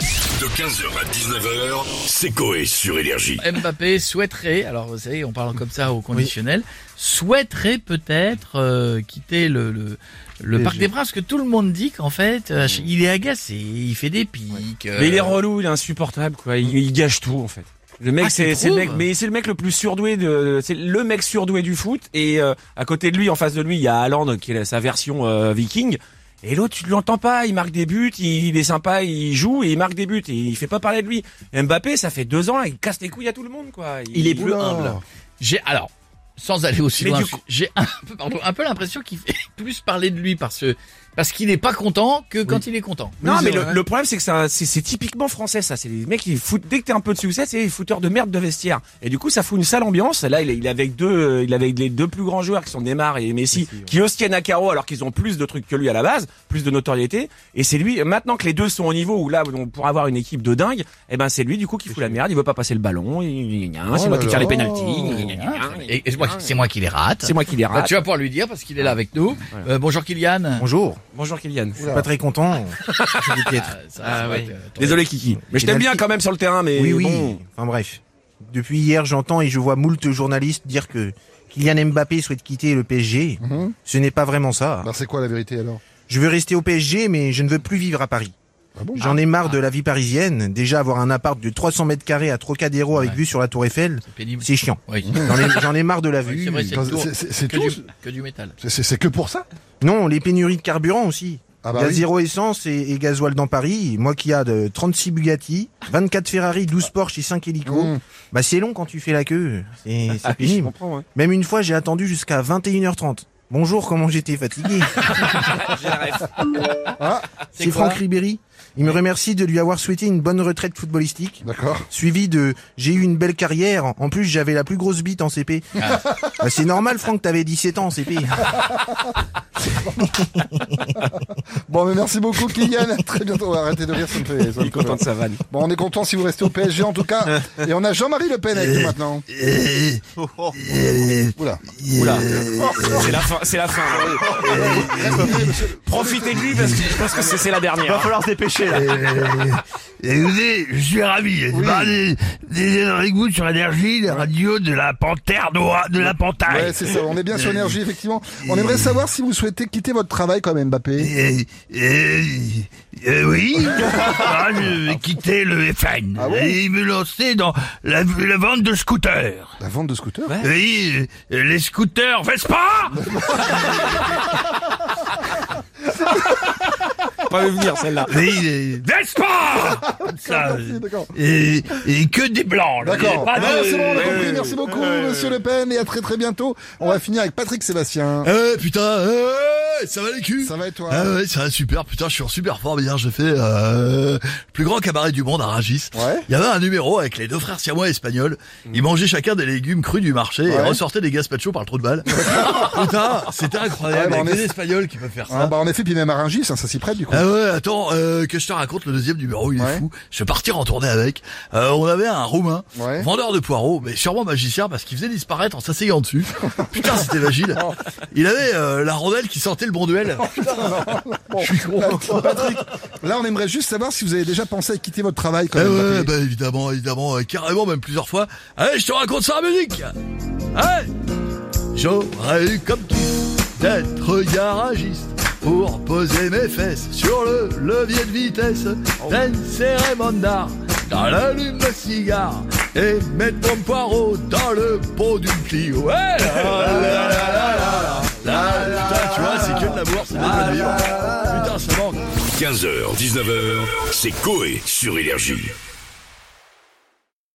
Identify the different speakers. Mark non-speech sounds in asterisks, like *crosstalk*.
Speaker 1: De 15h à 19h, c'est Coé sur Énergie.
Speaker 2: Mbappé souhaiterait, alors vous savez, on parle comme ça au conditionnel, souhaiterait peut-être euh, quitter le, le, le Parc des Princes, que tout le monde dit qu'en fait, euh, il est agacé, il fait des pics. euh,
Speaker 3: Mais il est relou, il est insupportable, quoi. Il, il gâche tout, en fait. Le mec,
Speaker 2: Ah, tu
Speaker 3: c'est c'est le mec,
Speaker 2: trouves
Speaker 3: mais c'est le mec le plus surdoué de, c'est le mec surdoué du foot. Et euh, à côté de lui, en face de lui, il y a Haaland qui est sa version euh, Viking. Et l'autre, tu l'entends pas, il marque des buts, il, il est sympa, il joue et il marque des buts. Et il fait pas parler de lui. Mbappé, ça fait deux ans, là, il casse les couilles à tout le monde, quoi.
Speaker 4: Il est plus humble.
Speaker 2: J'ai alors sans aller aussi
Speaker 3: Mais
Speaker 2: loin,
Speaker 3: du coup-
Speaker 2: j'ai un peu pardon, un peu l'impression qu'il fait *laughs* plus parler de lui parce que parce qu'il n'est pas content que quand il est content.
Speaker 3: Non,
Speaker 4: Oui,
Speaker 3: mais
Speaker 4: c'est
Speaker 3: le,
Speaker 4: vrai.
Speaker 3: le problème, c'est que ça- c'est c'est typiquement français, ça. C'est les mecs qui foutent, dès que t'es un peu de succès, c'est les fouteurs de merde de vestiaire. Et du coup, ça fout une sale ambiance. Là, il est, il est avec deux, euh, il est avec les deux plus grands joueurs qui sont Neymar et Messi, qui eux se tiennent à carreau alors qu'ils ont plus de trucs que lui à la base, plus de notoriété. Et c'est lui, maintenant que les deux sont au niveau où là, on pourra avoir une équipe de dingue, eh ben, c'est lui, du coup, qui fout la merde, il veut pas passer le ballon, il- il- il- hein, c'est
Speaker 4: Oh
Speaker 3: moi
Speaker 4: là
Speaker 3: qui tire
Speaker 4: là.
Speaker 3: les pénaltys,
Speaker 2: Et, et c'est moi qui- c'est moi qui les rate.
Speaker 3: c'est moi qui les
Speaker 2: Bah,
Speaker 3: rate.
Speaker 2: tu vas pouvoir lui dire parce qu'il est là avec nous.
Speaker 3: Voilà.
Speaker 2: Euh, bonjour Kylian.
Speaker 4: Bonjour.
Speaker 3: Bonjour Kylian.
Speaker 4: Je suis pas très content. Je suis
Speaker 2: Ah,
Speaker 4: piètre.
Speaker 2: ça,
Speaker 3: Ah,
Speaker 2: ça va
Speaker 3: oui.
Speaker 2: être, euh, ton-
Speaker 3: Désolé Kiki. Mais je
Speaker 4: Il a
Speaker 3: t'aime
Speaker 4: le
Speaker 3: bien
Speaker 4: kick.
Speaker 3: quand même sur le terrain, mais
Speaker 4: Oui, oui.
Speaker 3: bon.
Speaker 4: Enfin bref. Depuis hier, j'entends et je vois moult journalistes dire que Kylian Mbappé souhaite quitter le PSG.
Speaker 5: Mhm. Bah.
Speaker 4: Ce n'est pas vraiment ça.
Speaker 5: Alors c'est quoi la vérité alors
Speaker 4: Je veux rester au PSG, mais je ne veux plus vivre à Paris.
Speaker 5: Ah bon
Speaker 4: J'en ai marre de la vie parisienne. Déjà, avoir un appart de 300 mètres carrés à Trocadéro avec
Speaker 2: Ouais.
Speaker 4: vue sur la Tour Eiffel,
Speaker 2: C'est pénible.
Speaker 4: c'est chiant.
Speaker 2: Oui.
Speaker 3: *laughs*
Speaker 4: J'en ai, j'en ai marre de la
Speaker 2: Oui,
Speaker 4: vue.
Speaker 2: c'est vrai, c'est
Speaker 5: Attends,
Speaker 2: tout.
Speaker 5: c'est- c'est- C'est
Speaker 2: Que
Speaker 5: tout
Speaker 2: du, que du métal.
Speaker 5: C'est- c'est- c'est que pour ça
Speaker 4: non, les pénuries de carburant aussi.
Speaker 5: Ah
Speaker 4: il y a
Speaker 5: oui.
Speaker 4: zéro essence et, et gasoil dans Paris. Moi qui a de 36 Bugatti, 24 Ferrari, 12 Porsche et 5 hélicos,
Speaker 5: Ah. Mmh.
Speaker 4: bah c'est long quand tu fais la queue. C'est c'est
Speaker 3: Ah, oui, je
Speaker 4: pénible.
Speaker 3: comprends, ouais.
Speaker 4: Même une fois, j'ai attendu jusqu'à 21h30. Bonjour, comment j'étais fatigué.
Speaker 5: Ah,
Speaker 4: C'est Franck Ribéry. Il me remercie de lui avoir souhaité une bonne retraite footballistique,
Speaker 5: d'accord.
Speaker 4: suivi de j'ai eu une belle carrière. En plus, j'avais la plus grosse bite en CP. Bah, c'est normal, Franck, t'avais 17 ans en CP.
Speaker 5: Bon, mais merci beaucoup, Kylian. À Très bientôt. On va arrêter de rire, ça me fait. ça
Speaker 3: Il est
Speaker 5: me fait
Speaker 3: content de sa vanne.
Speaker 5: peur. Bon, on est content si vous restez au PSG en tout cas. Et on a Jean-Marie Le Pen avec nous maintenant. Oula.
Speaker 3: Oula. C'est la fin, c'est la fin. Profitez de lui parce que je pense que c'est c'est la dernière.
Speaker 4: falloir se dépêcher, là.
Speaker 6: Et écoutez, je suis ravi. J'ai parlé des Henry Good sur Énergie, la radio de la panthère noire, de la panthère.
Speaker 5: Ouais, c'est ça. On est bien sur énergie, effectivement. On aimerait savoir si vous souhaitez quitter votre travail quand même, Mbappé.
Speaker 6: Et, Euh,
Speaker 5: *laughs*
Speaker 6: oui, Ah, je vais quitter le FN
Speaker 5: Ah bon
Speaker 6: et me lancer dans la, la vente de scooters.
Speaker 5: La vente de scooters
Speaker 6: Oui, euh, les scooters Vespa
Speaker 3: Pas le venir celle-là.
Speaker 6: *laughs* Oui, euh,
Speaker 5: *laughs*
Speaker 6: Vespa Comme ça, euh,
Speaker 5: D'accord.
Speaker 6: et, et que des blancs. là.
Speaker 5: D'accord.
Speaker 6: Pas
Speaker 7: Ah,
Speaker 6: de-
Speaker 5: Non, c'est bon, on a compris. Merci beaucoup, monsieur Le Pen, et à très très bientôt. On va finir avec Patrick Sébastien.
Speaker 7: Eh putain, eh, ça va les culs
Speaker 5: Ça va et toi
Speaker 7: Ah ouais, ça va super, putain, je suis en super forme hier, j'ai fait euh, le plus grand cabaret du monde à Ragis.
Speaker 5: Ouais.
Speaker 7: Il y avait un numéro avec les deux frères siamois espagnols. Ils mangeaient chacun des légumes crus du marché et
Speaker 5: Ouais.
Speaker 7: ressortaient des gazpachos par le trou de balle. *laughs* putain, c'était incroyable,
Speaker 5: Ouais, bah,
Speaker 7: avec
Speaker 5: on
Speaker 7: des
Speaker 5: est-
Speaker 7: espagnols qui peuvent faire ça.
Speaker 5: Ah, bah, en effet, puis même à Rungis, hein, ça s'y prête, du coup.
Speaker 7: Ah ouais, attends, euh, que je te raconte le deuxième numéro, il
Speaker 5: Ouais.
Speaker 7: est fou. Je vais partir en tournée avec. Euh, on avait un Roumain,
Speaker 5: Ouais.
Speaker 7: vendeur de poireaux, mais sûrement magicien parce qu'il faisait disparaître en s'asseyant dessus. *laughs* Putain, c'était vagile. Il avait euh, la rondelle qui sentait le bon *laughs* duel.
Speaker 5: Bon, Patrick, là, on aimerait juste savoir si vous avez déjà pensé à quitter votre travail, quand
Speaker 7: Eh
Speaker 5: même.
Speaker 7: ouais,
Speaker 5: Patrick.
Speaker 7: bah évidemment, évidemment, euh, carrément, même plusieurs fois. Allez, je te raconte ça en musique. Allez, j'aurais eu comme kiff d'être garagiste pour poser mes fesses sur le levier de vitesse d'un cérémone d'art dans la lune de cigare et mettre mon poireau dans le pot d'une Clio. Ouais, là, là, là, là, là, là, là, putain, tu vois, c'est que de l'amour, c'est de la bonne vivre. Putain, ça manque.
Speaker 1: 15h, 19h, c'est Coé sur Énergie.